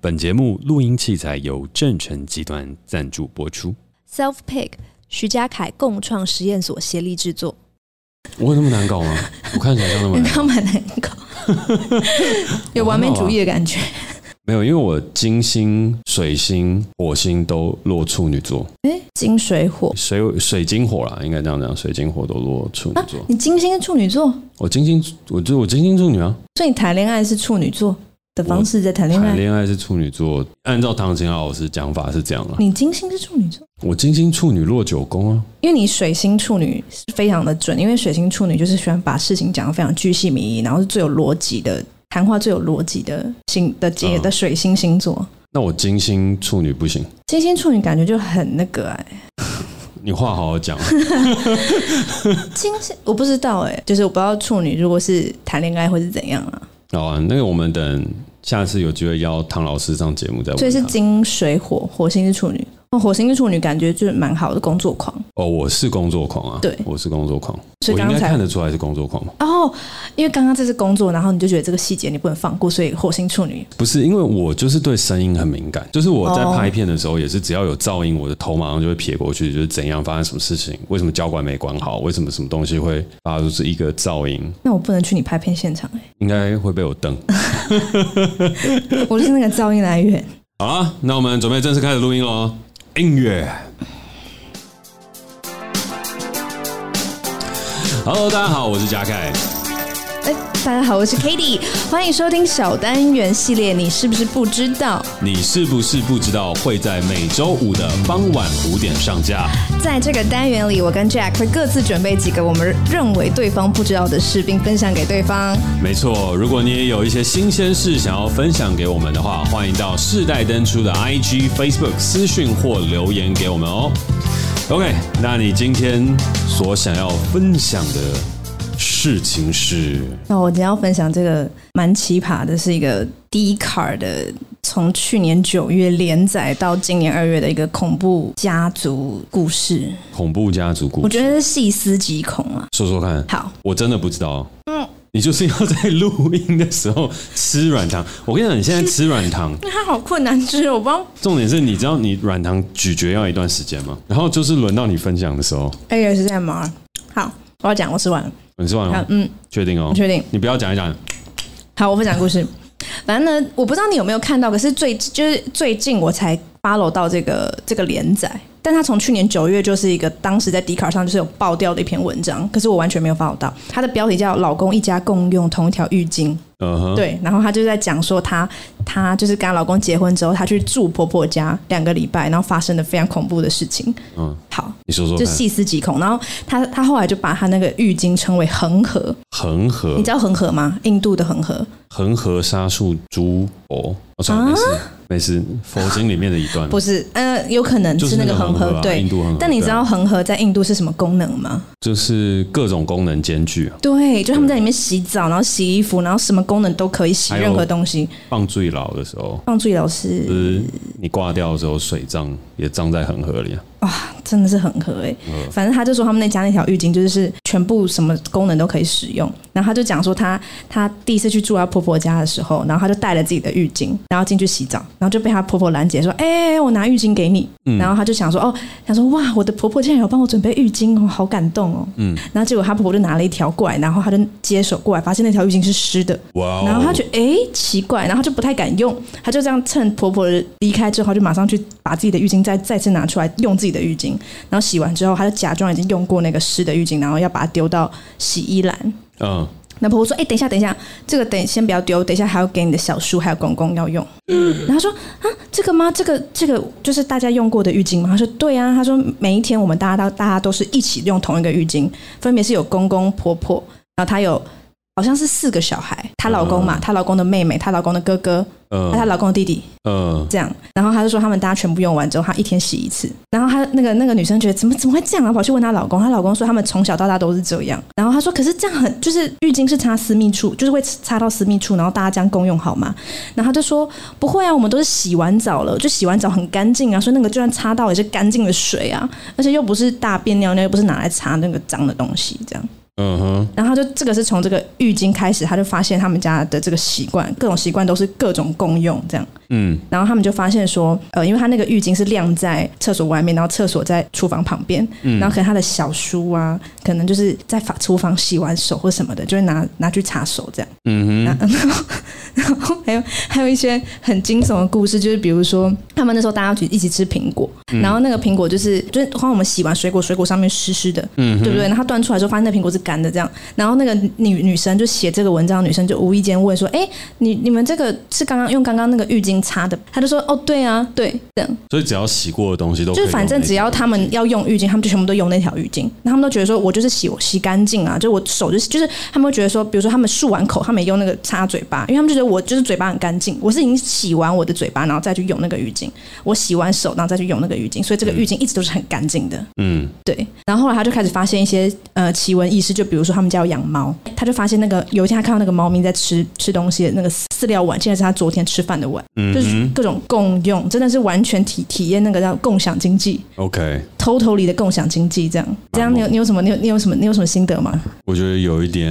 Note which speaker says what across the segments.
Speaker 1: 本节目录音器材由正成集团赞助播出。
Speaker 2: Self Pick 徐家凯共创实验所协力制作，
Speaker 1: 我有那么难搞吗？我看起来像那么
Speaker 2: 你
Speaker 1: 难搞
Speaker 2: 他蛮难搞，有完美主义的感觉。
Speaker 1: 没有，因为我金星、水星、火星都落处女座，
Speaker 2: 哎，金水火
Speaker 1: 水水金火啦，应该这样讲，水金火都落处女
Speaker 2: 啊
Speaker 1: 座。，
Speaker 2: 你金星是处女座，
Speaker 1: 我金星，我就我金星处女啊，
Speaker 2: 所以你谈恋爱是处女座的方式在谈恋
Speaker 1: 谈
Speaker 2: 爱。
Speaker 1: 恋爱是处女座，按照唐琴老师讲法是这样啦。啊
Speaker 2: 你金星是处女座，
Speaker 1: 我金星处女落九宫啊，
Speaker 2: 因为你水星处女是非常的准，因为水星处女就是喜欢把事情讲得非常巨细靡遗，然后是最有逻辑的谈话最有逻辑的星的节
Speaker 1: 嗯
Speaker 2: 的水星星座。
Speaker 1: 那我金星处女不行，
Speaker 2: 金星处女感觉就很那个哎、
Speaker 1: 你话好好 讲。啊
Speaker 2: 金星我不知道哎、就是我不知道处女如果是谈恋爱会是怎样啊。
Speaker 1: 好啊，那个我们等下次有机会邀唐老师上节目再问他。
Speaker 2: 所以是金水火，火星是处女。哦，火星是处女，感觉就是蛮好的工作狂。
Speaker 1: 哦，我是工作狂啊，
Speaker 2: 对
Speaker 1: 我是工作狂，
Speaker 2: 所
Speaker 1: 我
Speaker 2: 以刚
Speaker 1: 应该
Speaker 2: 刚才
Speaker 1: 看得出来是工作狂吗？
Speaker 2: 哦，因为刚刚这是工作，然后你就觉得这个细节你不能放过，所以火星处女
Speaker 1: 不是，因为我就是对声音很敏感，就是我在
Speaker 2: 哦
Speaker 1: 拍片的时候也是，只要有噪音，我的头马上就会撇过去，就是怎样发生什么事情，为什么交管没管好，为什么什么东西会发出是一个噪音，
Speaker 2: 那我不能去你拍片现 场、欸，
Speaker 1: 应该会被我瞪。
Speaker 2: 我就是那个噪音来源。
Speaker 1: 好啊，那我们准备正式开始录音喽，音乐。Hello，大家好，我是嘉凯。
Speaker 2: 哎、大家好，我是 k a t i e 欢迎收听小单元系列。你是不是不知道，
Speaker 1: 你是不是不知道会在每周五的傍晚五点上架？
Speaker 2: 在这个单元里，我跟 Jack 会各自准备几个我们认为对方不知道的事，并分享给对方。
Speaker 1: 没错，如果你也有一些新鲜事想要分享给我们的话，欢迎到世代登出的 IG、Facebook 私讯或留言给我们哦。OK，那你今天所想要分享的事情是？
Speaker 2: 那我今天要分享这个蛮奇葩的，是一个 D car 的，从去年九月连载到今年二月的一个恐怖家族故事，
Speaker 1: 恐怖家族故
Speaker 2: 我
Speaker 1: 事，
Speaker 2: 觉得是细思极恐啊。
Speaker 1: 说说看。
Speaker 2: 好，
Speaker 1: 我真的不知道。
Speaker 2: 嗯
Speaker 1: 嗯，你就是要在录音的时候吃软糖。我跟你讲，你现在吃软 糖，
Speaker 2: 那它好困难吃，我不知道。
Speaker 1: 重点是你知道你软糖咀嚼要一段时间吗？然后就是轮到你分享的时候，
Speaker 2: 哎，也是在忙。好，我要讲，我吃完了。
Speaker 1: 你吃完
Speaker 2: 好
Speaker 1: 了，，
Speaker 2: 嗯，
Speaker 1: 确定哦
Speaker 2: 我？确定。
Speaker 1: 你不要讲一讲，
Speaker 2: 好，我分享故事。反正呢，我不知道你有没有看到，可是最就是最近我才 follow 到这个这个连载，但它从去年九月就是一个当时在 d 卡上就是有爆掉的一篇文章，可是我完全没有 follow 到。它的标题叫“老公一家共用同一条浴巾”，
Speaker 1: 嗯哼，
Speaker 2: 对，然后她就在讲说她她就是跟她老公结婚之后，她去住婆婆家两个礼拜，然后发生了非常恐怖的事情。
Speaker 1: 嗯，
Speaker 2: 好，
Speaker 1: 你说说
Speaker 2: 就
Speaker 1: 看，
Speaker 2: 细思极恐。然后她她后来就把她那个浴巾称为“恒河”，
Speaker 1: 恒
Speaker 2: 你
Speaker 1: 河
Speaker 2: 知道恒河吗？印度的恒河。
Speaker 1: 恒河沙数诸佛，
Speaker 2: 啊
Speaker 1: 哦，算了，没事没事，佛经里面的一段，
Speaker 2: 不是，呃，有可能
Speaker 1: 就是
Speaker 2: 那个恒
Speaker 1: 恒
Speaker 2: 河，
Speaker 1: 啊
Speaker 2: 对
Speaker 1: 印。度恒河，
Speaker 2: 但你知
Speaker 1: 对啊
Speaker 2: 道恒河在印度是什么功能吗？
Speaker 1: 就是各种功能兼具，啊
Speaker 2: 对，就他们在里面洗澡，然后洗衣服，然后什么功能都可以洗，
Speaker 1: 还有
Speaker 2: 任何东西。
Speaker 1: 放最老的时候。
Speaker 2: 放助理老师
Speaker 1: 就是你挂掉的时候，水葬也葬在恒河里啊。
Speaker 2: 真的是恒河哎、
Speaker 1: 嗯
Speaker 2: 反正他就说他们那家那条浴巾就是全部什么功能都可以使用。然后他就讲说他他第一次去住他婆婆家的时候，然后他就带了自己的浴巾，然后进去洗澡，然后就被他婆婆拦截说：“哎、我拿浴巾给你。”
Speaker 1: 嗯
Speaker 2: 然后他就想说：“哦，想说哇，我的婆婆竟然有帮我准备浴巾哦，好感动哦。”
Speaker 1: 嗯，
Speaker 2: 然后结果他婆婆就拿了一条过来，然后他就接手过来，发现那条浴巾是湿的，
Speaker 1: 哇哦
Speaker 2: 然后他觉得哎、诶奇怪，然后他就不太敢用，他就这样趁婆婆离开之后，他就马上去把自己的浴巾再再次拿出来用自己的浴巾，然后洗完之后，他就假装已经用过那个湿的浴巾，然后要把它丢到洗衣篮。
Speaker 1: 嗯，
Speaker 2: 那婆婆说：“哎、等一下，等一下，这个等先不要丢，等一下还要给你的小叔还有公公要用。”然后她说：“啊，这个吗？这个这个就是大家用过的浴巾吗？”她说：“对啊。”她说：“每一天我们大家都大家都是一起用同一个浴巾，分别是有公公婆婆，然后她有好像是四个小孩，她老公嘛，她老公的妹妹，她老公的哥哥，
Speaker 1: 嗯
Speaker 2: 她老公的弟弟，
Speaker 1: 嗯，
Speaker 2: 这样。然后她就说他们大家全部用完之后，她一天洗一次。然后她那个那个女生觉得怎么怎么会这样啊？跑去问她老公，她老公说他们从小到大都是这样。然后她说可是这样很就是浴巾是擦私密处，就是会擦到私密处，然后大家这样共用好吗？然后她就说不会啊，我们都是洗完澡了，就洗完澡很干净啊，所以那个就算擦到也是干净的水啊，而且又不是大便尿尿，又不是拿来擦那个脏的东西这样。
Speaker 1: 嗯哼，
Speaker 2: 然后他就这个是从这啊个浴巾开始，他就发现他们家的这个习惯，各种习惯都是各种共用这样。
Speaker 1: 嗯，
Speaker 2: 然后他们就发现说，呃，因为他那个浴巾是晾在厕所外面，然后厕所在厨房旁边，然后可能他的小叔啊，可能就是在法厨房洗完手或什么的，就会拿拿去擦手这样。
Speaker 1: 嗯哼，
Speaker 2: 然后还有还有一些很惊悚的故事，就是比如说他们那时候大家去一起吃苹果，然后那个苹果就是就是好像我们洗完水果，水果上面湿湿的，
Speaker 1: 嗯
Speaker 2: 对不对？然后他端出来之后发现那苹果是干的，这样，然后那个女女生就写这个文章，的女生就无意间问说：“哎，你你们这个是刚刚用刚刚那个浴巾擦的？”他就说：“哦，对啊，对，这样。”
Speaker 1: 所以只要洗过的东西都可
Speaker 2: 就
Speaker 1: 以
Speaker 2: 是反正
Speaker 1: 用那
Speaker 2: 只要他们要用浴巾，他们就全部都用那条浴巾。那他们都觉得说，我就是洗我洗干净啊，就我手就是就是他们会觉得说，比如说他们漱完口，他们也用那个擦嘴巴，因为他们就觉得我就是嘴巴很干净，我是已经洗完我的嘴巴，然后再去用那个浴巾，我洗完手然后再去用那个浴巾，所以这个浴巾一直都是很干净的。
Speaker 1: 嗯
Speaker 2: 对，然后后来他就开始发现一些呃奇闻异事，就比如说他们家有养猫，他就发现那个有一天他看到那个猫咪在吃吃东西的那个饲料碗，竟然是他昨天吃饭的碗，
Speaker 1: 嗯
Speaker 2: 就是
Speaker 1: 哼
Speaker 2: 各种共用，真的是完全体体验那个叫共享经济。
Speaker 1: ，OK，
Speaker 2: 偷偷里的共享经济这样。这样
Speaker 1: 蛮猛
Speaker 2: 你有你有什么你有你有什么你有什么心得吗？
Speaker 1: 我觉得有一点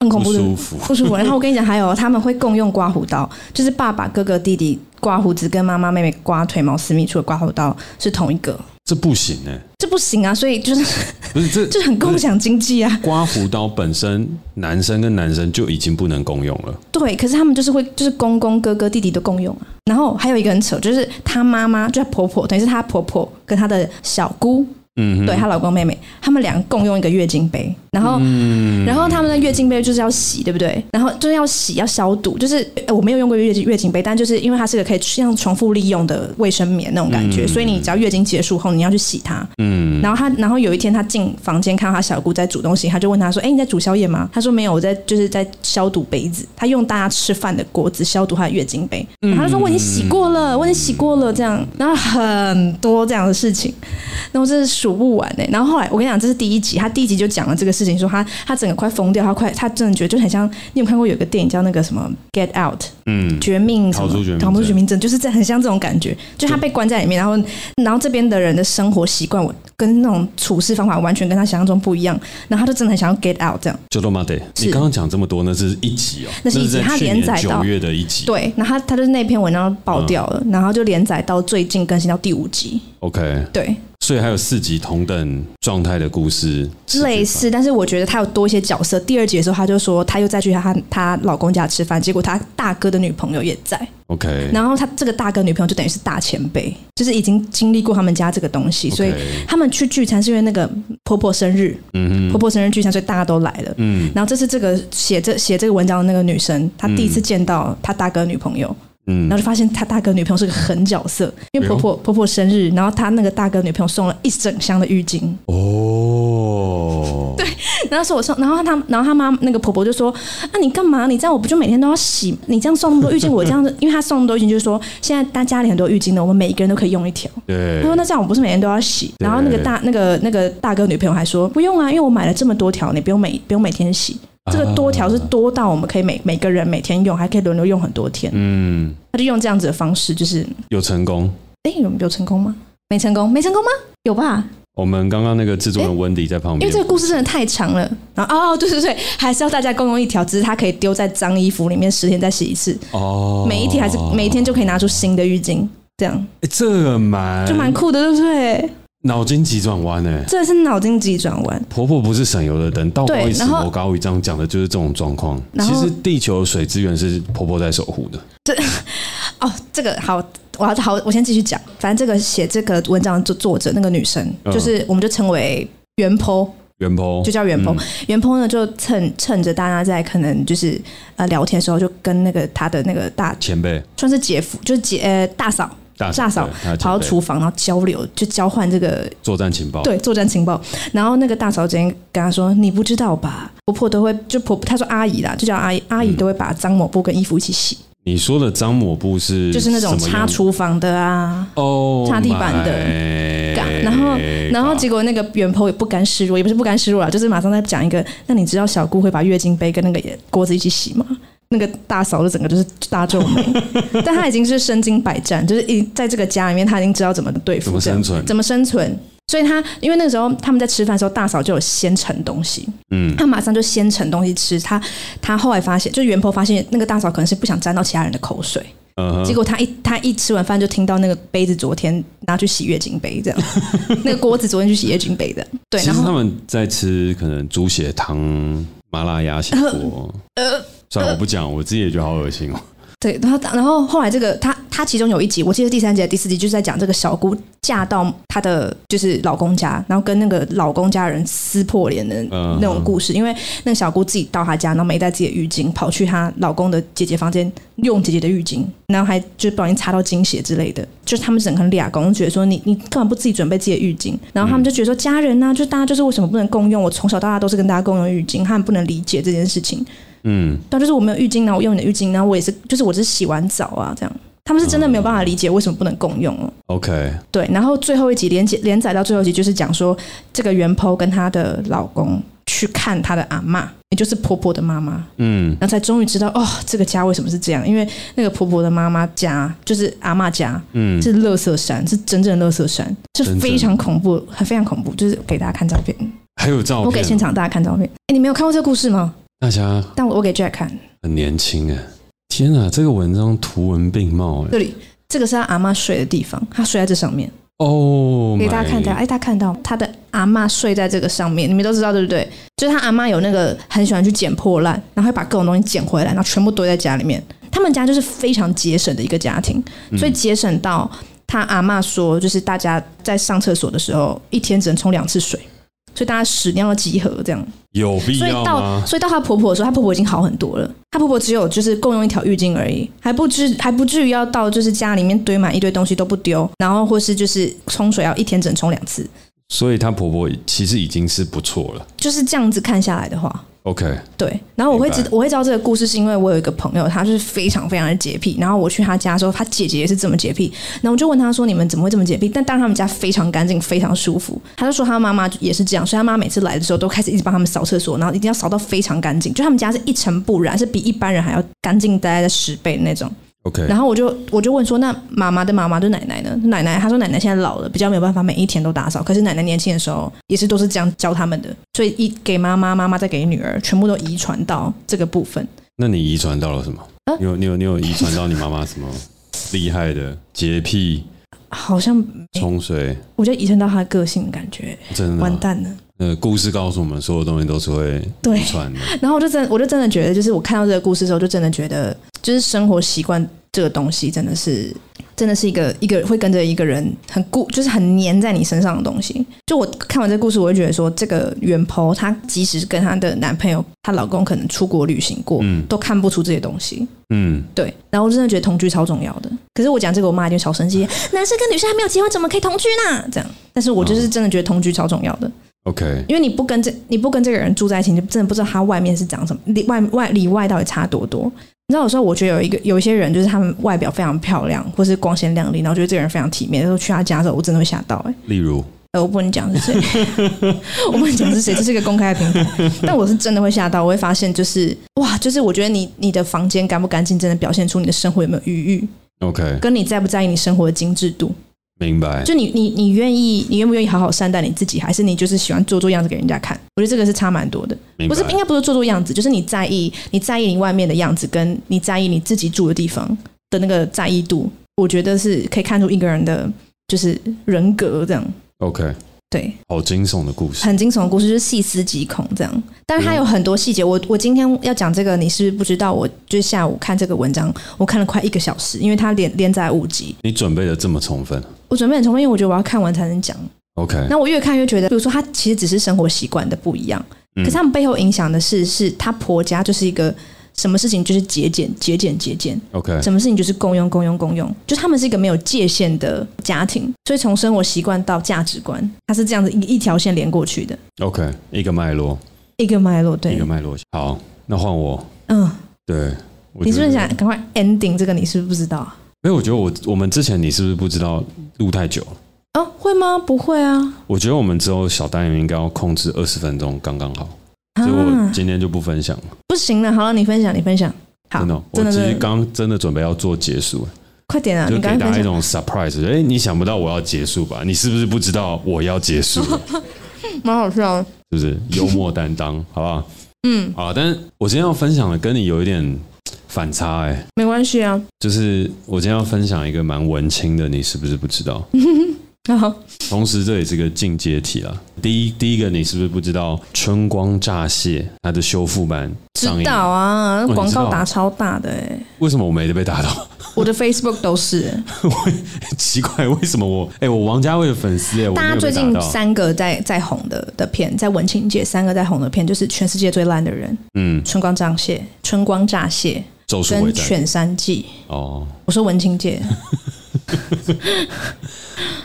Speaker 2: 很恐
Speaker 1: 不
Speaker 2: 怖的，
Speaker 1: 舒服，
Speaker 2: 不舒服。然后我跟你讲，还有他们会共用刮胡刀，就是爸爸、哥哥、弟弟刮胡子，跟妈妈、妹妹刮腿毛、私密处的刮胡刀是同一个，
Speaker 1: 这不行哎、
Speaker 2: 这不行啊！所以就是
Speaker 1: 不是这
Speaker 2: 就很共享经济啊。
Speaker 1: 刮胡刀本身，男生跟男生就已经不能共用了。
Speaker 2: 对，可是他们就是会就是公公、哥哥、弟弟都共用啊。然后还有一个很扯，就是她妈妈，就是她婆婆，等于是她婆婆跟她的小姑，
Speaker 1: 嗯哼，
Speaker 2: 对她老公妹妹，他们俩共用一个月经杯，然后
Speaker 1: 嗯，
Speaker 2: 然后他们的月经杯就是要洗，对不对？然后就是要洗，要消毒。就是呃我没有用过月经月经杯，但就是因为它是个可以像重复利用的卫生棉那种感觉，
Speaker 1: 嗯
Speaker 2: 所以你只要月经结束后，你要去洗它。
Speaker 1: 嗯
Speaker 2: 然后他，然后有一天他进房间看到他小姑在煮东西，他就问他说：“哎、你在煮宵夜吗？”他说：“没有，我在就是在消毒杯子。”他用大家吃饭的锅子消毒他的月经杯。然后他就说：“我已经洗过了，我已经洗过了。”这样，然后很多这样的事情，那我真是数不完哎、然后后来我跟你讲，这是第一集，他第一集就讲了这个事情，说他他整个快疯掉，他快他真的觉得就很像，你有看过有个电影叫那个什么《Get Out》？
Speaker 1: 嗯，
Speaker 2: 绝命什么
Speaker 1: 逃出绝命
Speaker 2: 逃出
Speaker 1: 镇
Speaker 2: 绝命镇，就是在很像这种感觉，就他被关在里面，然后然后这边的人的生活习惯，我跟那种处事方法完全跟他想象中不一样，然后他就真的很想要 get out 这样，
Speaker 1: 就都妈得，
Speaker 2: 是
Speaker 1: 你刚刚讲这么多，那是一集哦，
Speaker 2: 那是一集
Speaker 1: 在
Speaker 2: 它
Speaker 1: 去
Speaker 2: 连载
Speaker 1: 年
Speaker 2: 到
Speaker 1: 九月的一集。
Speaker 2: 对，然后他他就是那篇文章爆掉了，
Speaker 1: 嗯
Speaker 2: 然后就连载到最近更新到第五集，
Speaker 1: OK，
Speaker 2: 对，
Speaker 1: 所以还有四集同等状态的故事，持续
Speaker 2: 类似，但是我觉得他有多一些角色，第二集的时候他就说他又再去他他老公家吃饭，结果他大哥的女朋友也在，
Speaker 1: 发。OK，
Speaker 2: 然后他这个大哥女朋友就等于是大前辈，就是已经经历过他们家这个东西，所以
Speaker 1: OK
Speaker 2: 他们去聚餐是因为那个婆婆生日，
Speaker 1: 嗯
Speaker 2: 婆
Speaker 1: 哼，
Speaker 2: 婆生日聚餐，所以大家都来了。
Speaker 1: 嗯
Speaker 2: 然后这是这个写这写这个文章的那个女生，她第一次见到她大哥女朋友，然后
Speaker 1: 嗯，哎
Speaker 2: 就发现她大哥女朋友是个狠角色，因为婆婆婆婆生日，然后她那个大哥女朋友送了一整箱的浴巾，
Speaker 1: 哦，对，
Speaker 2: 然后说我送，然后她然后她妈那个婆婆就说：“啊，你干嘛？你这样我不就每天都要洗？你这样送那么多浴巾，我这样子，因为她送那么多浴巾，就是说现在大家里很多浴巾呢，我们每一个人都可以用一条。”他说：“那这样我不是每天都要洗？”
Speaker 1: 对
Speaker 2: 然后那个大那个那个大哥女朋友还说：“不用啊，因为我买了这么多条，你不用每不用每天洗。
Speaker 1: 啊
Speaker 2: 这个多条是多到我们可以每每个人每天用，还可以轮流用很多天。
Speaker 1: 嗯，
Speaker 2: 他就用这样子的方式，就是
Speaker 1: 有成功。
Speaker 2: 哎、有有成功吗？没成功，没成功吗？有吧？
Speaker 1: 我们刚刚那个制作人温迪在旁
Speaker 2: 因
Speaker 1: 边
Speaker 2: 为这，个故事真的太长了。然后哦，对对对，还是要大家共用一条，只是它可以丢在脏衣服里面，十天再洗一次，
Speaker 1: 哦，
Speaker 2: 每一天还是每一天就可以拿出新的浴巾，这样
Speaker 1: 诶，这个蛮
Speaker 2: 就蛮酷的，对不对？
Speaker 1: 脑筋急转弯哎。
Speaker 2: 真的是脑筋急转弯。
Speaker 1: 婆婆不是省油的灯，道高
Speaker 2: 对
Speaker 1: 一尺，
Speaker 2: 然后
Speaker 1: 魔高一丈，讲的就是这种状况。
Speaker 2: 然
Speaker 1: 其
Speaker 2: 后
Speaker 1: 实地球水资源是婆婆在守护的。
Speaker 2: 哦，这个好，我要好，我先继续讲。反正这个写这个文章的作作者那个女生，
Speaker 1: 嗯
Speaker 2: 就是我们就称为原剖，
Speaker 1: 元婆
Speaker 2: 就叫原
Speaker 1: 嗯
Speaker 2: 剖。原剖呢，就趁趁着大家在可能就是呃聊天的时候，就跟那个她的那个大
Speaker 1: 前辈，
Speaker 2: 算是姐夫，就是姐呃大嫂
Speaker 1: 大
Speaker 2: 大嫂
Speaker 1: 对她的前辈
Speaker 2: 跑到厨房，然后交流就交换这个
Speaker 1: 作战情报。
Speaker 2: 对，作战情报。然后那个大嫂直接跟他说：“你不知道吧？婆婆都会就婆，她说阿姨啦，就叫阿姨，
Speaker 1: 嗯
Speaker 2: 阿姨都会把脏抹布跟衣服一起洗，
Speaker 1: 你说的张抹布是
Speaker 2: 就是那种
Speaker 1: 什么样
Speaker 2: 擦厨房的啊，
Speaker 1: 哦
Speaker 2: 擦地板的
Speaker 1: my
Speaker 2: 干然后，然后
Speaker 1: God
Speaker 2: 结果那个袁婆也不甘示弱，也不是不甘示弱啊，就是马上在讲一个，那你知道小姑会把月经杯跟那个锅子一起洗吗？那个大嫂就整个就是大皱 眉，但她已经是身经百战，就是一在这个家里面，她已经知道怎么对
Speaker 1: 怎
Speaker 2: 付
Speaker 1: 么
Speaker 2: 这
Speaker 1: 生
Speaker 2: 样，
Speaker 1: 存？
Speaker 2: 怎么生存。所以他因为那时候他们在吃饭的时候，大嫂就有先盛东西，
Speaker 1: 嗯，
Speaker 2: 他马上就先盛东西吃。他他后来发现，就袁婆发现那个大嫂可能是不想沾到其他人的口水，
Speaker 1: 嗯
Speaker 2: 结
Speaker 1: 哼，
Speaker 2: 果他一他一吃完饭就听到那个杯子昨天拿去洗月经杯 这样，那个锅子昨天去洗月经杯的，对，
Speaker 1: 其
Speaker 2: 然
Speaker 1: 实他
Speaker 2: 后
Speaker 1: 们在吃可能猪血汤、麻辣鸭血 锅。
Speaker 2: 呃。
Speaker 1: 算了，我不讲，我自己也觉得好恶心哦。
Speaker 2: 对，然后然后后来这个她她其中有一集，我记得第三集、第四集就是在讲这个小姑嫁到她的就是老公家，然后跟那个老公家人撕破脸的
Speaker 1: 嗯
Speaker 2: 那种故事。因为那个小姑自己到她家，然后没带自己的浴巾，跑去她老公的姐姐房间用姐姐的浴巾，然后还就不小心擦到精血之类的。就是他们整个俩公觉得说你你干嘛不自己准备自己的浴巾？然后他们就觉得说家人呐、啊就大家就是为什么不能共用？我从小到大都是跟大家共用浴巾，他们不能理解这件事情。
Speaker 1: 嗯，
Speaker 2: 对啊，就是我没有浴巾，然后我用你的浴巾，然后我也是，就是我只是洗完澡啊，这样。他们是真的没有办法理解为什么不能共用哦。
Speaker 1: OK，
Speaker 2: 对，然后最后一集连接连载到最后一集，就是讲说这个袁剖跟她的老公去看她的阿嬷，也就是婆婆的妈妈，
Speaker 1: 嗯，
Speaker 2: 然后才终于知道哦，这个家为什么是这样，因为那个婆婆的妈妈家就是阿嬷家，
Speaker 1: 嗯
Speaker 2: 是乐色山，是真正的乐色山，是
Speaker 1: 真正
Speaker 2: 非常恐怖，很非常恐怖，就是给大家看照片，
Speaker 1: 还有照片，
Speaker 2: 我给现场大家看照片。哎，你没有看过这个故事吗？
Speaker 1: 大家
Speaker 2: 但我我给 Jack 看。
Speaker 1: 很年轻哎，天啊，这个文章图文并茂哎，
Speaker 2: 这里，这个是他阿妈睡的地方，他睡在这上面，
Speaker 1: 哦，
Speaker 2: 给大家看一下。哎，大家看到他的阿妈睡在这个上面，你们都知道对不对？就是他阿妈有那个很喜欢去捡破烂，然后会把各种东西捡回来，然后全部堆在家里面。他们家就是非常节省的一个家庭，
Speaker 1: 嗯
Speaker 2: 所以节省到他阿妈说，就是大家在上厕所的时候，一天只能冲两次水。所以大家屎尿要集合，这样。
Speaker 1: 有必
Speaker 2: 所以
Speaker 1: 要
Speaker 2: 到
Speaker 1: 吗？
Speaker 2: 所以到她婆婆的时候，她婆婆已经好很多了。她婆婆只有就是共用一条浴巾而已，还不至还不至于要到就是家里面堆满一堆东西都不丢，然后或是就是冲水要一天只能冲两次，
Speaker 1: 所以她婆婆其实已经是不错了。
Speaker 2: 就是这样子看下来的话。
Speaker 1: OK，
Speaker 2: 对，然后我会知
Speaker 1: 明白
Speaker 2: 我会知道这个故事，是因为我有一个朋友，他就是非常非常的洁癖。然后我去他家的时候，他姐姐也是这么洁癖。然后我就问他说：“你们怎么会这么洁癖？”但当然他们家非常干净，非常舒服。他就说他妈妈也是这样，所以他妈每次来的时候都开始一直帮他们扫厕所，然后一定要扫到非常干净，就他们家是一尘不染，是比一般人还要干净大概在十倍那种。
Speaker 1: OK，
Speaker 2: 然后我就我就问说，那妈妈的妈妈就奶奶呢？奶奶她说奶奶现在老了，比较没有办法每一天都打扫。可是奶奶年轻的时候也是都是这样教他们的，所以一给妈妈，妈妈再给女儿，全部都遗传到这个部分。
Speaker 1: 那你遗传到了什么
Speaker 2: 啊？
Speaker 1: 你有你有你有遗传到你妈妈什么厉害的洁癖、
Speaker 2: 好像
Speaker 1: 冲水？
Speaker 2: 我就遗传到她的个性的感觉，
Speaker 1: 真的
Speaker 2: 哎完
Speaker 1: 吗，
Speaker 2: 蛋了。
Speaker 1: 呃，故事告诉我们，所有东西都是会
Speaker 2: 对
Speaker 1: 遗传的。
Speaker 2: 然后我就真我就真的觉得，就是我看到这个故事之后，就真的觉得，就是生活习惯这个东西真的是。真的是一个一个会跟着一个人很固，就是很黏在你身上的东西。就我看完这个故事，我就觉得说，这个袁婆她即使跟她的男朋友、她老公可能出国旅行过，
Speaker 1: 嗯
Speaker 2: 都看不出这些东西。
Speaker 1: 嗯，
Speaker 2: 对，然后我真的觉得同居超重要的。可是我讲这个，我妈一定超生气，男生跟女生还没有结婚，怎么可以同居呢？这样，但是我就是真的觉得同居超重要的。
Speaker 1: OK，
Speaker 2: 因为你不跟这你不跟这个人住在一起，你就真的不知道他外面是长什么，里外外里外到底差多多。你知道有时候我觉得有一个有一些人，就是他们外表非常漂亮，或是光鲜亮丽，然后觉得这个人非常体面，然后去他家的时候，我真的会吓到哎、欸
Speaker 1: 例如，
Speaker 2: 呃，我不能讲是谁， 我不能讲是谁，这是一个公开的平台，但我是真的会吓到，我会发现就是哇，就是我觉得你你的房间干不干净，真的表现出你的生活有没有余裕，
Speaker 1: OK，
Speaker 2: 跟你在不在意你生活的精致度。
Speaker 1: 明白。
Speaker 2: 就你你你愿意，你愿不愿意好好善待你自己，还是你就是喜欢做做样子给人家看？我觉得这个是差蛮多的，
Speaker 1: 明
Speaker 2: 不
Speaker 1: 白
Speaker 2: 是应该不是做做样子，就是你在意你在意你外面的样子，跟你在意你自己住的地方的那个在意度，我觉得是可以看出一个人的就是人格这样。
Speaker 1: OK，
Speaker 2: 对，
Speaker 1: 好惊悚的故事。
Speaker 2: 很惊悚的故事，就是细思极恐这样。但是它有很多细节，我我今天要讲这个，你是不是不知道？我就下午看这个文章，我看了快一个小时，因为它连连载五集，
Speaker 1: 你准备的这么充分
Speaker 2: 我准备很充分，因为我觉得我要看完才能讲。
Speaker 1: ，OK？
Speaker 2: 那我越看越觉得，比如说她其实只是生活习惯的不一样，
Speaker 1: 嗯
Speaker 2: 可是他们背后影响的是，是她婆家就是一个什么事情就是节俭、节俭、节俭，
Speaker 1: OK，
Speaker 2: 什么事情就是共用、共用、共用，就他们是一个没有界限的家庭，所以从生活习惯到价值观，它是这样子一一条线连过去的
Speaker 1: OK，一个脉络，
Speaker 2: 一个脉络。
Speaker 1: 一
Speaker 2: 对
Speaker 1: 个，脉络。好，那换我。
Speaker 2: 嗯，
Speaker 1: 对，我
Speaker 2: 你
Speaker 1: 觉
Speaker 2: 是不
Speaker 1: 得
Speaker 2: 是想赶快 ending 这个？你是不是不知道啊？
Speaker 1: 没有，我觉得我我们之前你是不是不知道录太久了？
Speaker 2: 啊，会吗？不会啊。
Speaker 1: 我觉得我们之后小单元应该要控制二十分钟，刚刚好。所以我
Speaker 2: 啊，
Speaker 1: 今天就不分享了。
Speaker 2: 不行了，好了，你分享，你分享，好
Speaker 1: 真的，我
Speaker 2: 真的
Speaker 1: 其实
Speaker 2: 真的
Speaker 1: 刚刚真的准备要做结束了，
Speaker 2: 快点啊！
Speaker 1: 就
Speaker 2: 你
Speaker 1: 给
Speaker 2: 赶快
Speaker 1: 大
Speaker 2: 分
Speaker 1: 家一种
Speaker 2: 享。
Speaker 1: surprise，哎、你想不到我要结束吧？你是不是不知道我要结 束了？
Speaker 2: 蛮好笑的。
Speaker 1: 是不是幽默担当？好不好？嗯，好。但是我今天要分享的跟你有一点反差、哎，
Speaker 2: 没关系啊。
Speaker 1: 就是我今天要分享一个蛮文青的，你是不是不知道？
Speaker 2: 然后
Speaker 1: 同时，这也是个进阶题啦。第一，第一个你是不是不知道《春光乍泄》它的修复版
Speaker 2: 知
Speaker 1: 上映？
Speaker 2: 道啊，
Speaker 1: 你
Speaker 2: 广
Speaker 1: 知道
Speaker 2: 告
Speaker 1: 啊
Speaker 2: 打超大的哎，
Speaker 1: 为什么我没被打到？
Speaker 2: 我的 Facebook 都是欸。
Speaker 1: 奇怪，为什么我？哎、我王家卫的粉丝哎、我没
Speaker 2: 大家
Speaker 1: 有
Speaker 2: 最
Speaker 1: 被打
Speaker 2: 近
Speaker 1: 到。
Speaker 2: 三个在在红的的片，在文青界三个在红的片，就是全世界最烂的人，
Speaker 1: 嗯，《
Speaker 2: 春光乍泄、春光乍泄
Speaker 1: 咒术回
Speaker 2: 跟
Speaker 1: 战》
Speaker 2: 犬山记。
Speaker 1: 哦。
Speaker 2: 我说文青界，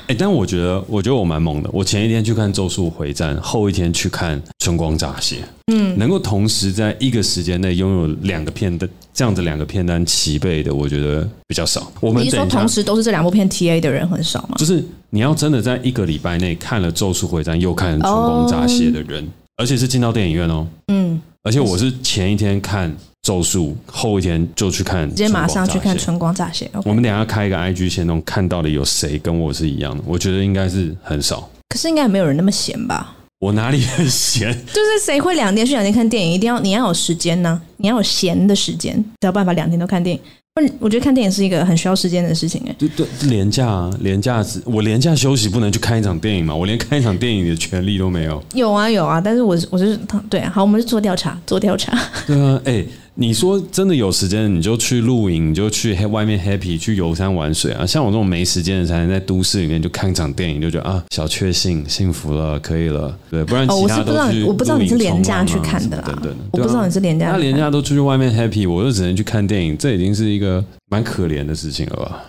Speaker 1: 哎、但我觉得，我觉得我蛮猛的。我前一天去看《咒术回战》，后一天去看《春光乍泄》，嗯，能够同时在一个时间内拥有两个片单，这样子两个片单齐备的，我觉得比较少。我们
Speaker 2: 你是说
Speaker 1: 等一下
Speaker 2: 同，时都是这两部片 TA 的人很少吗？
Speaker 1: 就是你要真的在一个礼拜内看了《咒术回战》又看《春
Speaker 2: 哦
Speaker 1: 光乍泄》的人，而且是进到电影院哦，
Speaker 2: 嗯，
Speaker 1: 而且我是前一天看《咒术》，后一天就去看《。
Speaker 2: 直接马上去看《春光乍泄》OK。
Speaker 1: 我们等一下开一个 IG 先动，看到底有谁跟我是一样的，我觉得应该是很少。
Speaker 2: 可是应该也没有人那么闲吧？
Speaker 1: 我哪里很闲？
Speaker 2: 就是谁会两天去两天看电影？一定要你要有时间呢、你要有闲的时间，才有办法两天都看电影。不然我觉得看电影是一个很需要时间的事情、欸。
Speaker 1: 对对，廉价啊，廉价只我廉价休息不能去看一场电影嘛，我连看一场电影的权利都没有。
Speaker 2: 有啊有啊，但是我是我就是对、啊，好，我们就做调查，做调查。
Speaker 1: 对啊，哎、你说真的有时间你就去露营，你就去黑外面 happy 去游山玩水啊。像我这种没时间的，才能在都市里面就看一场电影，就觉得啊小确幸，幸福了，可以了。对，不然
Speaker 2: 哦，
Speaker 1: 其
Speaker 2: 我是
Speaker 1: 他
Speaker 2: 不
Speaker 1: 都
Speaker 2: 知道
Speaker 1: 去
Speaker 2: 你，我不知道你是
Speaker 1: 露营
Speaker 2: 廉价去
Speaker 1: 冲浪啊
Speaker 2: 看的
Speaker 1: 什么
Speaker 2: 啦
Speaker 1: 等等的，
Speaker 2: 我不知道你是廉价
Speaker 1: 那
Speaker 2: 去
Speaker 1: 廉
Speaker 2: 看
Speaker 1: 价都出去外面 happy，我就只能去看电影，这已经是一个蛮可怜的事情了吧？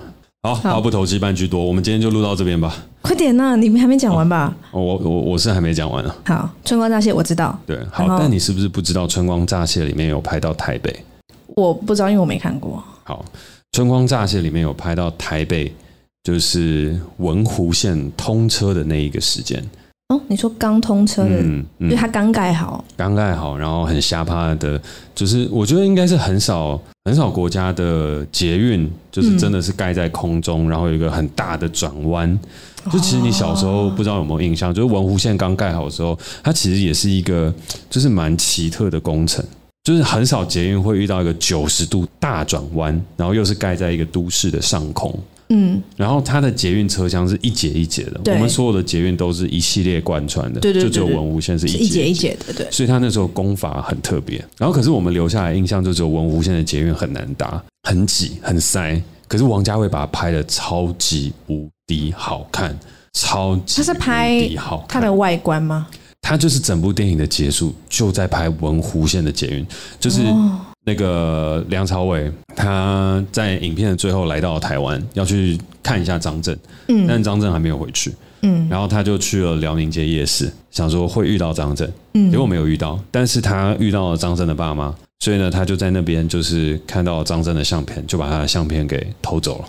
Speaker 1: 好，
Speaker 2: 好
Speaker 1: 话不投机半句多，我们今天就录到这边吧。
Speaker 2: 快点呐、你们还没讲完吧？
Speaker 1: 哦我我我是还没讲完呢、
Speaker 2: 好，《春光乍泄》我知道，
Speaker 1: 对，好
Speaker 2: 然，后
Speaker 1: 但你是不是不知道《春光乍泄》里面有拍到台北？
Speaker 2: 我不知道，因为我没看过。
Speaker 1: 好，《春光乍泄》里面有拍到台北，就是文湖线通车的那一个时间。
Speaker 2: 哦，你说刚通车的，
Speaker 1: 嗯
Speaker 2: 就
Speaker 1: 嗯，
Speaker 2: 它刚盖好，
Speaker 1: 刚盖好，然后很瞎趴的，就是我觉得应该是很少很少国家的捷运，就是真的是盖在空中，然后有一个很大的转弯。
Speaker 2: 哦
Speaker 1: 就其实你小时候不知道有没有印象，就是文湖线刚盖好的时候，它其实也是一个就是蛮奇特的工程，就是很少捷运会遇到一个九十度大转弯，然后又是盖在一个都市的上空。
Speaker 2: 嗯，
Speaker 1: 然后它的捷运车厢是一节一节的，
Speaker 2: 对
Speaker 1: 我们所有的捷运都是一系列贯穿的，
Speaker 2: 对对对
Speaker 1: 就只有
Speaker 2: 对
Speaker 1: 文湖线是
Speaker 2: 是
Speaker 1: 一
Speaker 2: 一
Speaker 1: 节
Speaker 2: 节
Speaker 1: 一
Speaker 2: 一
Speaker 1: 节。
Speaker 2: 节的，对，
Speaker 1: 所以他那时候工法很特别，然后可是我们留下来印象就只有文湖线的捷运很难搭，很挤很塞。可是王家卫把它拍的超级无敌好看，超级
Speaker 2: 他是拍
Speaker 1: 无敌好
Speaker 2: 它
Speaker 1: 看
Speaker 2: 的外观吗？
Speaker 1: 他就是整部电影的结束就在拍文湖线的捷运，就是那个梁朝伟他在影片的最后来到台湾，要去看一下张震，但张震还没有回去，
Speaker 2: 嗯
Speaker 1: 然后他就去了辽宁街夜市，想说会遇到张震，
Speaker 2: 嗯
Speaker 1: 结果没有遇到，但是他遇到了张震的爸妈，所以呢，他就在那边就是看到张震的相片，就把他的相片给偷走了。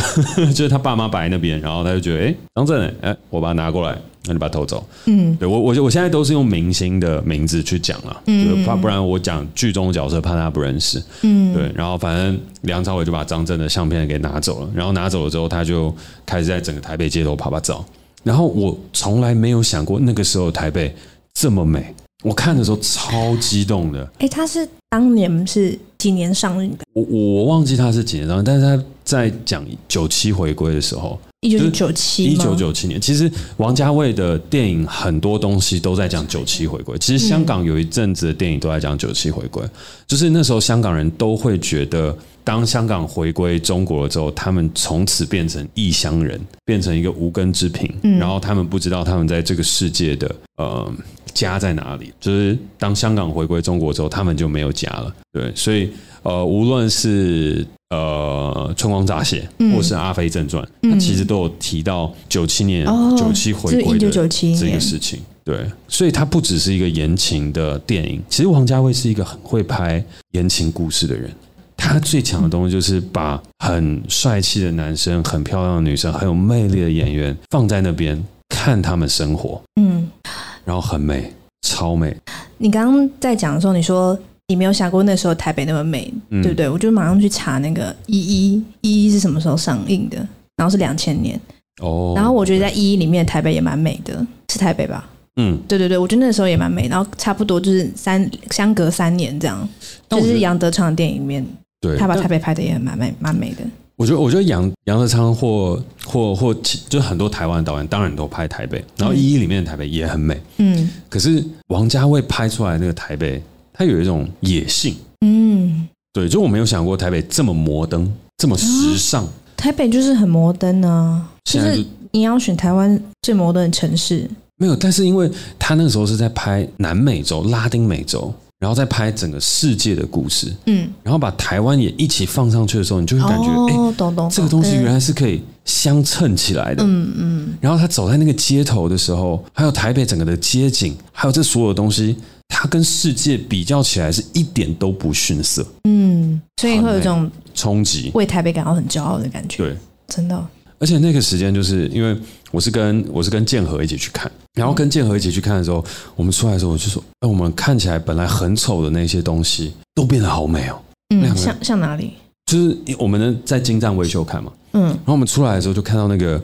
Speaker 1: 就是他爸妈摆在那边，然后他就觉得，哎、张震、哎、我把它拿过来，那你把它偷走。
Speaker 2: 嗯，
Speaker 1: 对我，我我现在都是用明星的名字去讲了，嗯，怕不然我讲剧中的角色怕他不认识，嗯，对，然后反正梁朝伟就把张震的相片给拿走了，然后拿走了之后，他就开始在整个台北街头拍拍照，然后我从来没有想过那个时候台北这么美，我看的时候超激动的，
Speaker 2: 哎，它是当年是几年上映的？
Speaker 1: 我我忘记他是几年上，但是他在讲九七回归的时候，
Speaker 2: 一九九七，
Speaker 1: 一九九七年，其实王家卫的电影很多东西都在讲九七回归。其实香港有一阵子的电影都在讲九七回归，就是那时候香港人都会觉得，当香港回归中国了之后，他们从此变成异乡人，变成一个无根之品，然后他们不知道他们在这个世界的呃家在哪里。就是当香港回归中国之后，他们就没有家了。对，所以呃，无论是呃《春光乍泄》或是《阿飞正传》它其实都有提到九七年、
Speaker 2: 嗯哦
Speaker 1: 九七回
Speaker 2: 就是
Speaker 1: 归的
Speaker 2: 1997
Speaker 1: 这个
Speaker 2: 年
Speaker 1: 事情。对，所以它不只是一个言情的电影，其实王家卫是一个很会拍言情故事的人。他最强的东西就是把很帅气的男生、很漂亮的女生、很有魅力的演员放在那边看他们生活，
Speaker 2: 嗯，
Speaker 1: 然后很美，超美。
Speaker 2: 你刚刚在讲的时候，你说你没有想过那时候台北那么美，
Speaker 1: 嗯
Speaker 2: 对不对？我就马上去查那个一一一一是什么时候上映的，然后是两千年，
Speaker 1: 哦，
Speaker 2: 然后我觉得在一一里面台北也蛮美的，是台北吧？
Speaker 1: 嗯，
Speaker 2: 对对对，我觉得那时候也蛮美，然后差不多就是三相隔三年这样，
Speaker 1: 但
Speaker 2: 就
Speaker 1: 我觉
Speaker 2: 是
Speaker 1: 得
Speaker 2: 杨德昌的电影里面，
Speaker 1: 对，
Speaker 2: 他把
Speaker 1: 但
Speaker 2: 台北拍的也蛮美蛮美的。
Speaker 1: 我觉得，我觉得杨杨德昌或或或其，就是很多台湾导演当然都拍台北，然后《一一》里面的台北也很美，
Speaker 2: 嗯
Speaker 1: 可是王家卫拍出来那个台北，它有一种野性，
Speaker 2: 嗯，
Speaker 1: 对，就我没有想过台北这么摩登，这么时尚，
Speaker 2: 台北就是很摩登啊，就
Speaker 1: 现在
Speaker 2: 嗯是
Speaker 1: 就
Speaker 2: 你要选台湾最摩登的城市，
Speaker 1: 没有。但是因为他那个时候是在拍南美洲、拉丁美洲，然后再拍整个世界的故事，
Speaker 2: 嗯，
Speaker 1: 然后把台湾也一起放上去的时候，你就会感觉，哎、
Speaker 2: 哦，懂懂，
Speaker 1: 这个东西原
Speaker 2: 来，
Speaker 1: 来是可以相衬起来的。
Speaker 2: 嗯嗯，
Speaker 1: 然后他走在那个街头的时候，还有台北整个的街景，还有这所有东西，它跟世界比较起来是一点都不逊色，
Speaker 2: 嗯，所以会有一种
Speaker 1: 冲击。
Speaker 2: 为台北感到很骄傲的感觉。
Speaker 1: 对，
Speaker 2: 真的，
Speaker 1: 而且那个时间就是因为我是跟我是跟建和一起去看，然后跟建和一起去看的时候，我们出来的时候我就说，哎，我们看起来本来很丑的那些东西都变得好美哦。两
Speaker 2: 嗯，
Speaker 1: 个
Speaker 2: 像像哪里？
Speaker 1: 就是我们呢在金站维修看嘛，
Speaker 2: 嗯
Speaker 1: 然后我们出来的时候就看到那个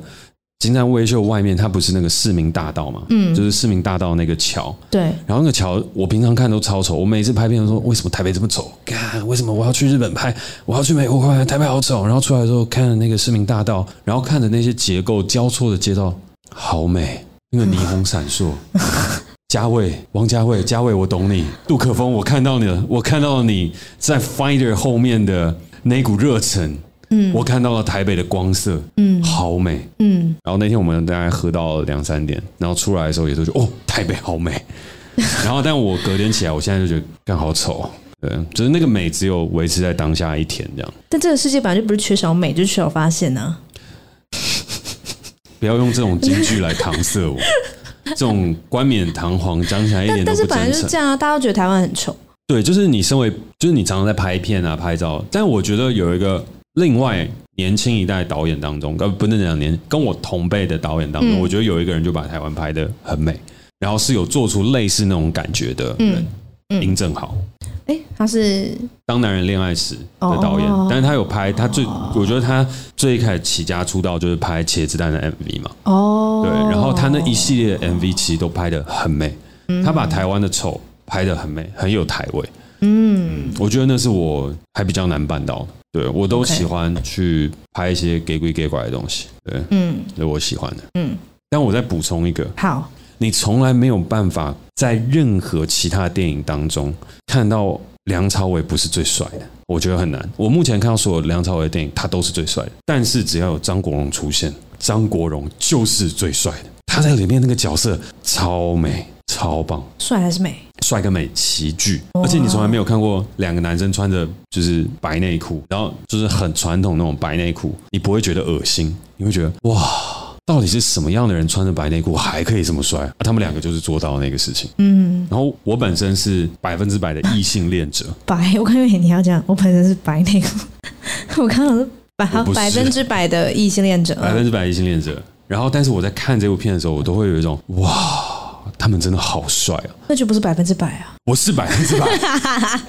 Speaker 1: 金站维修外面，它不是那个市民大道嘛，就
Speaker 2: 嗯，
Speaker 1: 是市民大道那个桥，
Speaker 2: 对，
Speaker 1: 然后那个桥，我平常看都超丑，我每次拍片都说为什么台北这么丑？干，为什么我要去日本拍，我要去美国拍，台北好丑。然后出来的时候看着那个市民大道，然后看着那些结构交错的街道，好美，那个霓虹闪烁。嘉卫，王家卫，嘉卫，我懂你。杜可风，我看到你了，我看到你在 Finder 后面的那股热忱，
Speaker 2: 嗯
Speaker 1: 我看到了台北的光色，
Speaker 2: 嗯
Speaker 1: 好美。
Speaker 2: 嗯，
Speaker 1: 然后那天我们大概喝到两三点，然后出来的时候也都觉得哦，台北好 美。然后，但我隔天起来，我现在就觉得干好丑。对，就是那个美只有维持在当下一天这样，
Speaker 2: 但这个世界本来就不是缺少美，就是缺少发现啊。
Speaker 1: 不要用这种金句来搪塞 我。这种冠冕堂皇讲起来一点都
Speaker 2: 但但
Speaker 1: 不
Speaker 2: 是本来
Speaker 1: 真
Speaker 2: 就是
Speaker 1: 诚
Speaker 2: 这。样啊，大家都觉得台湾很丑。
Speaker 1: 对，就是你身为，就是你常常在拍片啊、拍照，但我觉得有一个另外年轻一代导演当中，呃，不能讲年跟我同辈的导演当中，
Speaker 2: 嗯
Speaker 1: 我觉得有一个人就把台湾拍得很美，然后是有做出类似那种感觉的人，
Speaker 2: 嗯
Speaker 1: 林正豪。
Speaker 2: 哎，他是
Speaker 1: 当男人恋爱时的导演，
Speaker 2: 哦
Speaker 1: 但是他有拍他最，我觉得他最开始起家出道就是拍《茄子蛋》的 MV 嘛，
Speaker 2: 哦，
Speaker 1: 对，然后他那一系列的 MV 其实都拍得很美，他把台湾的丑拍得很美，很有台味，
Speaker 2: 嗯，
Speaker 1: 我觉得那是我还比较难办到的。对我都
Speaker 2: OK
Speaker 1: 喜欢去拍一些给鬼给拐的东西，对，
Speaker 2: 嗯
Speaker 1: 这是我喜欢的。
Speaker 2: 嗯，
Speaker 1: 但我再补充一个，
Speaker 2: 好，
Speaker 1: 你从来没有办法在任何其他电影当中看到梁朝伟不是最帅的，我觉得很难。我目前看到所有梁朝伟的电影，他都是最帅的。但是只要有张国荣出现，张国荣就是最帅的。他在里面那个角色超美、超棒，
Speaker 2: 帅还是美？
Speaker 1: 帅跟美齐聚。而且你从来没有看过两个男生穿着就是白内裤，然后就是很传统那种白内裤，你不会觉得恶心，你会觉得哇，到底是什么样的人穿着白内裤还可以这么帅、啊？他们两个就是做到那个事情。
Speaker 2: 嗯，
Speaker 1: 然后我本身是百分之百的异性恋者，
Speaker 2: 白。我刚以为你要讲，我本身是白内裤， 我刚刚是百
Speaker 1: 我不是
Speaker 2: 百分之百的异性恋者。啊
Speaker 1: 百分之百异性恋者。然后，但是我在看这部片的时候，我都会有一种哇，他们真的好帅啊！
Speaker 2: 那就不是百分之百啊！
Speaker 1: 我是百分之百，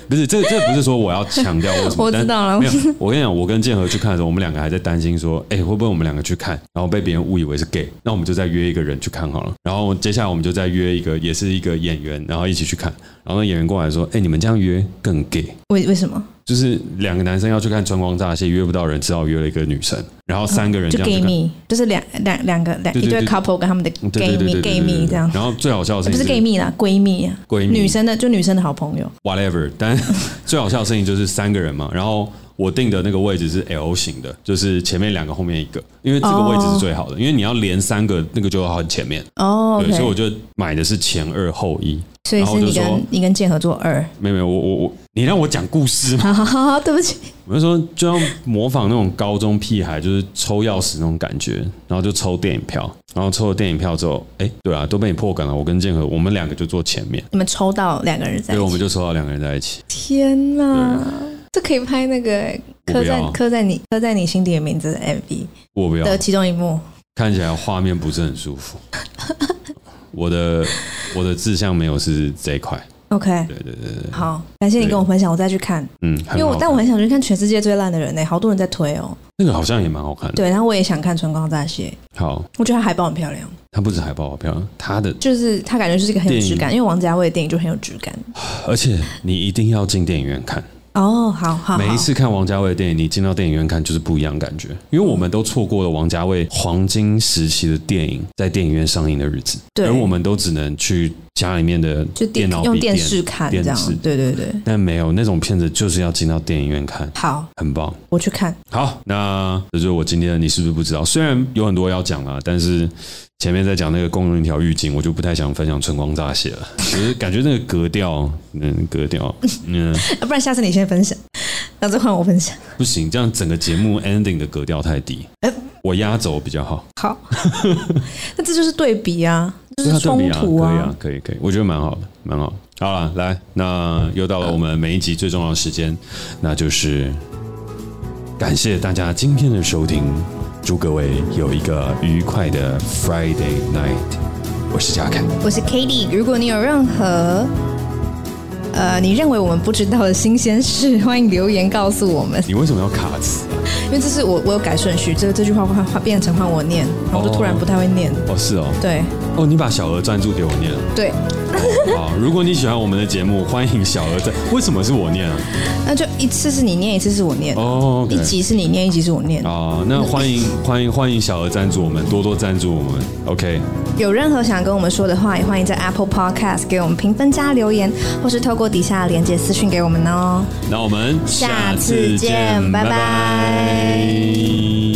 Speaker 1: 不是这这不是说我要强调为什么，
Speaker 2: 我知
Speaker 1: 但
Speaker 2: 道了
Speaker 1: 没有，我跟你讲，我跟建和去看的时候，我们两个还在担心说，哎、会不会我们两个去看，然后被别人误以为是 gay，那我们就再约一个人去看好了。然后接下来我们就再约一个，也是一个演员，然后一起去看。然后那演员过来说，哎、你们这样约更 gay。
Speaker 2: 为为什么？
Speaker 1: 就是两个男生要去看《春光乍泄》，约不到人，只好约了一个女生，然后三个人这
Speaker 2: 就
Speaker 1: 样去
Speaker 2: gay
Speaker 1: 看。
Speaker 2: 蜜，就是两两两个两
Speaker 1: 对
Speaker 2: 一
Speaker 1: 对
Speaker 2: 对
Speaker 1: 对
Speaker 2: couple 跟他们的
Speaker 1: 对
Speaker 2: gay
Speaker 1: 对对
Speaker 2: 蜜
Speaker 1: 对
Speaker 2: gay
Speaker 1: 对
Speaker 2: 蜜
Speaker 1: 对
Speaker 2: 这样
Speaker 1: 对，然后最好笑的事
Speaker 2: 不
Speaker 1: 情
Speaker 2: 是 gay 蜜啦，闺蜜啊，
Speaker 1: 闺蜜
Speaker 2: 女生的就女生的好朋友。
Speaker 1: whatever。但 最好笑的事情就是三个人嘛，然后我定的那个位置是 L 型的，就是前面两个，后面一个，因为这个
Speaker 2: 哦
Speaker 1: 位置是最好的，因为你要连三个，那个就要很前面。
Speaker 2: 哦
Speaker 1: 对，所以我
Speaker 2: ，OK，
Speaker 1: 就买的是前二后一。
Speaker 2: 所以
Speaker 1: 然后
Speaker 2: 是
Speaker 1: 我就
Speaker 2: 你
Speaker 1: 说
Speaker 2: 跟你跟建合作二。
Speaker 1: 没有没有，我我我，你让我讲故事嘛？
Speaker 2: 好好好好，对不起。
Speaker 1: 我就说就要模仿那种高中屁孩，就是抽钥匙那种感觉，然后就抽电影票，然后抽了电影票之后，哎，对啊，都被你破梗了。我跟建和，我们两个就坐前面，
Speaker 2: 你们抽到两个人在
Speaker 1: 所以
Speaker 2: 一
Speaker 1: 我
Speaker 2: 起
Speaker 1: 们，就抽到两个人在一起。
Speaker 2: 天哪！这可以拍那个欸
Speaker 1: 我
Speaker 2: 刻
Speaker 1: 不
Speaker 2: 在
Speaker 1: 要
Speaker 2: 刻在你刻在你心底的名字的 MV
Speaker 1: 我不要
Speaker 2: 的其中一幕。
Speaker 1: 看起来画 面不是很舒服。我的我的志向没有是这一块，
Speaker 2: OK，
Speaker 1: 对对对对，
Speaker 2: 好，感谢你跟我分享，我再去看，
Speaker 1: 嗯，
Speaker 2: 因为我但我很想去看全世界最烂的人呢、好多人在推哦。
Speaker 1: 那个好像也蛮好看的。
Speaker 2: 对，然后我也想看《春光乍泄》，
Speaker 1: 好，
Speaker 2: 我觉得它海报很漂亮，
Speaker 1: 它不止海报好啊漂亮，它的
Speaker 2: 就是它感觉就是一个很有质感，因为王家卫的电影就很有质感。
Speaker 1: 而且你一定要进电影院看。
Speaker 2: 哦，好好，
Speaker 1: 每
Speaker 2: 好
Speaker 1: 一次看王家卫的电影，你进到电影院看就是不一样的感觉，因为我们都错过了王家卫黄金时期的电影在电影院上映的日子，
Speaker 2: 对
Speaker 1: 而我们都只能去家里面的
Speaker 2: 就
Speaker 1: 电脑
Speaker 2: 用
Speaker 1: 笔
Speaker 2: 电视看这
Speaker 1: 电
Speaker 2: 样
Speaker 1: 视，
Speaker 2: 对对对，
Speaker 1: 但没有那种片子就是要进到电影院看，
Speaker 2: 好，
Speaker 1: 很棒。
Speaker 2: 我去看。
Speaker 1: 好，那这就是我今天的你是不是不知道？虽然有很多要讲啊，但是前面在讲那个公路一条预警，我就不太想分享春光乍泄了，只是感觉那个格调，嗯，格调，嗯，
Speaker 2: 啊不然下次你先分享， 下次换我分享。
Speaker 1: 不行，这样整个节目 ending 的格调太低
Speaker 2: 哎，
Speaker 1: 我压轴比较好。
Speaker 2: 好， 那这就是对比啊，就
Speaker 1: 对
Speaker 2: 是
Speaker 1: 啊对
Speaker 2: 冲
Speaker 1: 比啊
Speaker 2: 突啊。
Speaker 1: 可以啊，可以，可以，我觉得蛮好的，蛮好的。好了，来，那又到了我们每一集最重要的时间，那就是感谢大家今天的收听，祝各位有一个愉快的 Friday night。我是嘉凯，
Speaker 2: 我是 k a t i e 如果你有任何呃你认为我们不知道的新鲜事，欢迎留言告诉我们，
Speaker 1: 你为什么要卡词啊？
Speaker 2: 因为这是我我有改顺序，这这句话换换变成换我念，然后我就突然不太会念。
Speaker 1: 哦，是哦，
Speaker 2: 对
Speaker 1: 哦，你把小额赞助给我念了。
Speaker 2: 对，
Speaker 1: 哦 好，如果你喜欢我们的节目，欢迎小额赞。为什么是我念啊？
Speaker 2: 那就一次是你念，一次是我念，
Speaker 1: 哦，OK，
Speaker 2: 一集是你念，一集是我念。
Speaker 1: 哦，那欢迎欢迎欢迎小额赞助我们，多多赞助我们。OK，
Speaker 2: 有任何想跟我们说的话，也欢迎在 Apple Podcast 给我们评分加留言，或是透过底下的连接私讯给我们哦。
Speaker 1: 那我们
Speaker 2: 下次见拜拜